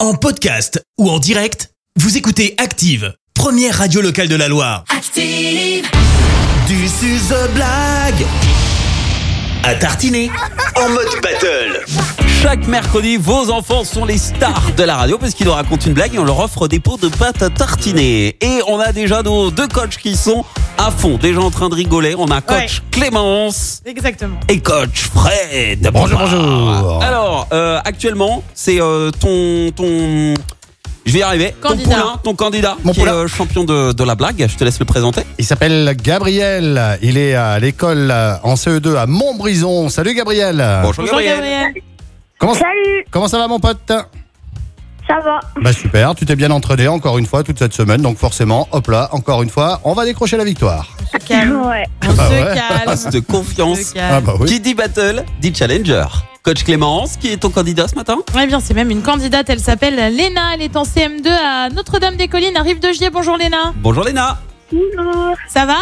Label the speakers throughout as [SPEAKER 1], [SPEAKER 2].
[SPEAKER 1] En podcast ou en direct, vous écoutez Active, première radio locale de la Loire.
[SPEAKER 2] Active,
[SPEAKER 1] Du suze blague à tartiner en mode battle.
[SPEAKER 3] Chaque mercredi, vos enfants sont les stars de la radio parce qu'ils nous racontent une blague et on leur offre des pots de pâte à tartiner. Et on a déjà nos deux coachs qui sont à fond, déjà en train de rigoler. On a coach Clémence
[SPEAKER 4] Exactement.
[SPEAKER 3] et coach Fred.
[SPEAKER 5] Bonjour, bonjour.
[SPEAKER 3] Alors, euh, actuellement, c'est euh, ton ton je vais y arriver.
[SPEAKER 4] Candidat.
[SPEAKER 3] Ton poulain, ton candidat,
[SPEAKER 5] Mon
[SPEAKER 3] qui est
[SPEAKER 5] poulain. Ah.
[SPEAKER 3] euh, champion de, de la blague. Je te laisse le présenter.
[SPEAKER 5] Il s'appelle Gabriel. Il est à l'école euh, en CE2 à Montbrison. Salut Gabriel.
[SPEAKER 4] Bonjour Gabriel.
[SPEAKER 5] Comment,
[SPEAKER 6] Salut,
[SPEAKER 5] comment ça va mon pote
[SPEAKER 6] ça va
[SPEAKER 5] Bah super, tu t'es bien entraîné encore une fois toute cette semaine, donc forcément, hop là, encore une fois, on va décrocher la victoire.
[SPEAKER 4] On se calme.
[SPEAKER 6] Ouais.
[SPEAKER 4] Ah,
[SPEAKER 3] Ah,
[SPEAKER 4] On
[SPEAKER 5] Bah
[SPEAKER 4] se
[SPEAKER 5] ouais.
[SPEAKER 4] calme.
[SPEAKER 3] De
[SPEAKER 4] On
[SPEAKER 3] confiance. Ah,
[SPEAKER 4] se calme.
[SPEAKER 5] bah
[SPEAKER 3] Qui dit battle, dit challenger. Coach Clémence, qui est ton candidat ce matin
[SPEAKER 4] Eh bien, c'est même une candidate. Elle s'appelle Léna. Elle est en CM2 à Notre-Dame-des-Collines, à Rive-de-Gier. Bonjour Léna.
[SPEAKER 3] Bonjour Léna.
[SPEAKER 6] Bonjour.
[SPEAKER 4] Ça va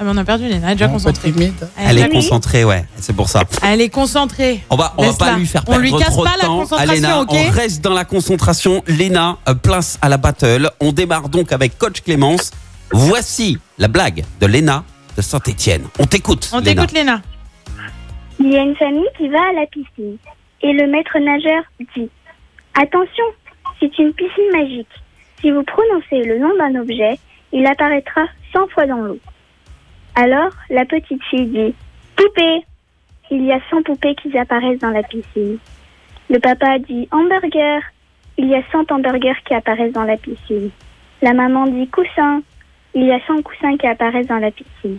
[SPEAKER 4] Ah, mais on a perdu Léna. Elle est déjà concentrée.
[SPEAKER 3] Elle est
[SPEAKER 4] déjà-
[SPEAKER 3] concentrée, ouais, c'est pour ça.
[SPEAKER 4] Elle est concentrée.
[SPEAKER 3] On va, on va
[SPEAKER 4] Laisse-la.
[SPEAKER 3] pas lui faire
[SPEAKER 4] On
[SPEAKER 3] perdre
[SPEAKER 4] lui casse
[SPEAKER 3] trop
[SPEAKER 4] pas
[SPEAKER 3] de
[SPEAKER 4] la
[SPEAKER 3] temps.
[SPEAKER 4] concentration,
[SPEAKER 3] Alena,
[SPEAKER 4] ok
[SPEAKER 3] on reste dans la concentration. Léna, euh, place à la battle. On démarre donc avec Coach Clémence. Voici la blague de Léna de Saint-Étienne. On t'écoute.
[SPEAKER 4] On
[SPEAKER 3] Léna.
[SPEAKER 4] t'écoute Léna.
[SPEAKER 6] Il y a une famille qui va à la piscine et le maître nageur dit Attention, c'est une piscine magique. Si vous prononcez le nom d'un objet, il apparaîtra 100 fois dans l'eau. Alors, la petite fille dit Poupée Il y a 100 poupées qui apparaissent dans la piscine. Le papa dit Hamburger Il y a 100 hamburgers qui apparaissent dans la piscine. La maman dit Coussin Il y a 100 coussins qui apparaissent dans la piscine.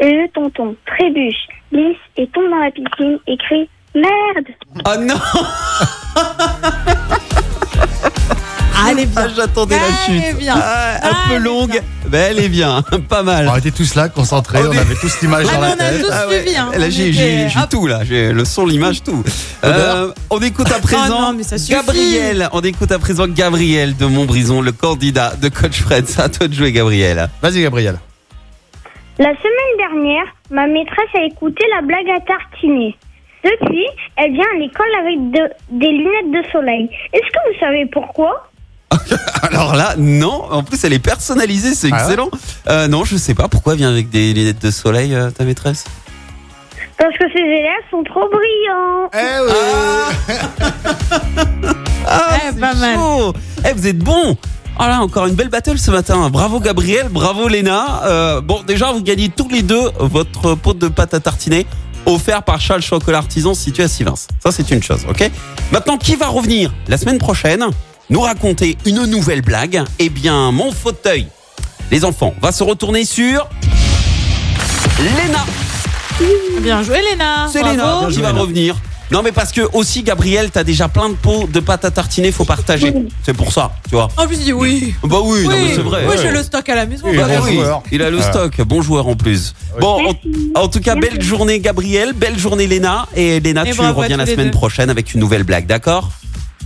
[SPEAKER 6] Et le tonton trébuche, glisse et tombe dans la piscine et crie Merde
[SPEAKER 3] Oh non
[SPEAKER 4] Allez bien.
[SPEAKER 3] Ah, J'attendais la
[SPEAKER 4] Elle est
[SPEAKER 3] chute.
[SPEAKER 4] bien.
[SPEAKER 3] Ah, un
[SPEAKER 4] Ah, elle est
[SPEAKER 3] peu longue, mais elle est bien. Pas mal.
[SPEAKER 5] On était tous là, concentrés,
[SPEAKER 3] Oh,
[SPEAKER 5] on
[SPEAKER 3] mais-
[SPEAKER 5] avait tous l'image
[SPEAKER 4] Ah,
[SPEAKER 5] dans
[SPEAKER 4] mais
[SPEAKER 5] la
[SPEAKER 4] on a
[SPEAKER 5] tête.
[SPEAKER 4] tous
[SPEAKER 3] Ah ouais,
[SPEAKER 4] suivi. hein.
[SPEAKER 3] Là,
[SPEAKER 4] On
[SPEAKER 3] j'ai,
[SPEAKER 4] était-
[SPEAKER 3] j'ai- j'ai
[SPEAKER 4] hop.
[SPEAKER 3] tout, là. J'ai le son, l'image, tout. Euh, on écoute à présent
[SPEAKER 4] Ah non, mais ça suffit.
[SPEAKER 3] Gabriel. On écoute à présent Gabriel de Montbrison, le candidat de Coach Fred. C'est à toi de jouer, Gabriel.
[SPEAKER 5] Vas-y Gabriel.
[SPEAKER 6] La semaine dernière, ma maîtresse a écouté la blague à tartiner. Depuis, elle vient à l'école avec de- des lunettes de soleil. Est-ce que vous savez pourquoi
[SPEAKER 3] Alors là, non. En plus, elle est personnalisée, c'est
[SPEAKER 5] Ah ouais
[SPEAKER 3] excellent. Euh, non, je sais pas pourquoi elle vient avec des lunettes de soleil, euh, ta maîtresse.
[SPEAKER 6] Parce que ces élèves sont trop brillants.
[SPEAKER 5] Eh oui.
[SPEAKER 3] Ah,
[SPEAKER 4] Ouais,
[SPEAKER 3] c'est
[SPEAKER 4] pas mal.
[SPEAKER 3] chaud. Eh, vous êtes bon. Ah là, encore une belle battle ce matin. Bravo Gabriel, bravo Léna. Euh, bon, déjà, vous gagnez tous les deux votre pot de pâte à tartiner offert par Charles Chocolat Artisan situé à Sivins. Ça, c'est une chose, ok Maintenant, qui va revenir la semaine prochaine nous raconter une nouvelle blague Eh bien, mon fauteuil. Les enfants, on va se retourner sur... Léna
[SPEAKER 4] Bien joué Léna.
[SPEAKER 3] c'est
[SPEAKER 4] Ah, Bravo.
[SPEAKER 3] Léna qui va revenir. Non mais parce que aussi Gabriel, t'as déjà plein de pots de pâte à tartiner, faut partager. C'est pour ça, tu vois.
[SPEAKER 4] En plus, il dit oui.
[SPEAKER 3] Bah oui, non, mais
[SPEAKER 4] Oui,
[SPEAKER 3] c'est vrai.
[SPEAKER 4] oui,
[SPEAKER 3] Ouais.
[SPEAKER 4] j'ai le stock à la maison.
[SPEAKER 5] Oui,
[SPEAKER 3] Bah
[SPEAKER 5] bon
[SPEAKER 3] oui,
[SPEAKER 5] joueur.
[SPEAKER 3] Il a le
[SPEAKER 5] Ouais.
[SPEAKER 3] stock, bon joueur en plus. Bon, en, en tout cas, belle journée Gabriel, belle journée Léna. Et Léna,
[SPEAKER 4] Et
[SPEAKER 3] tu
[SPEAKER 4] bravo à
[SPEAKER 3] reviens la
[SPEAKER 4] tous les
[SPEAKER 3] semaine
[SPEAKER 4] deux.
[SPEAKER 3] prochaine avec une nouvelle blague, d'accord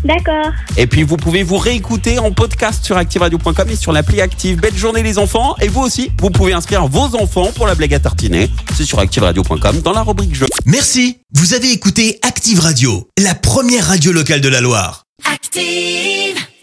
[SPEAKER 6] D'accord.
[SPEAKER 3] Et puis vous pouvez vous réécouter en podcast sur activeradio.com et sur l'appli Active. Belle journée les enfants. Et vous aussi, vous pouvez inscrire vos enfants pour la blague à tartiner. C'est sur activeradio.com dans la rubrique jeu.
[SPEAKER 1] Merci, vous avez écouté Active Radio, la première radio locale de la Loire.
[SPEAKER 2] active.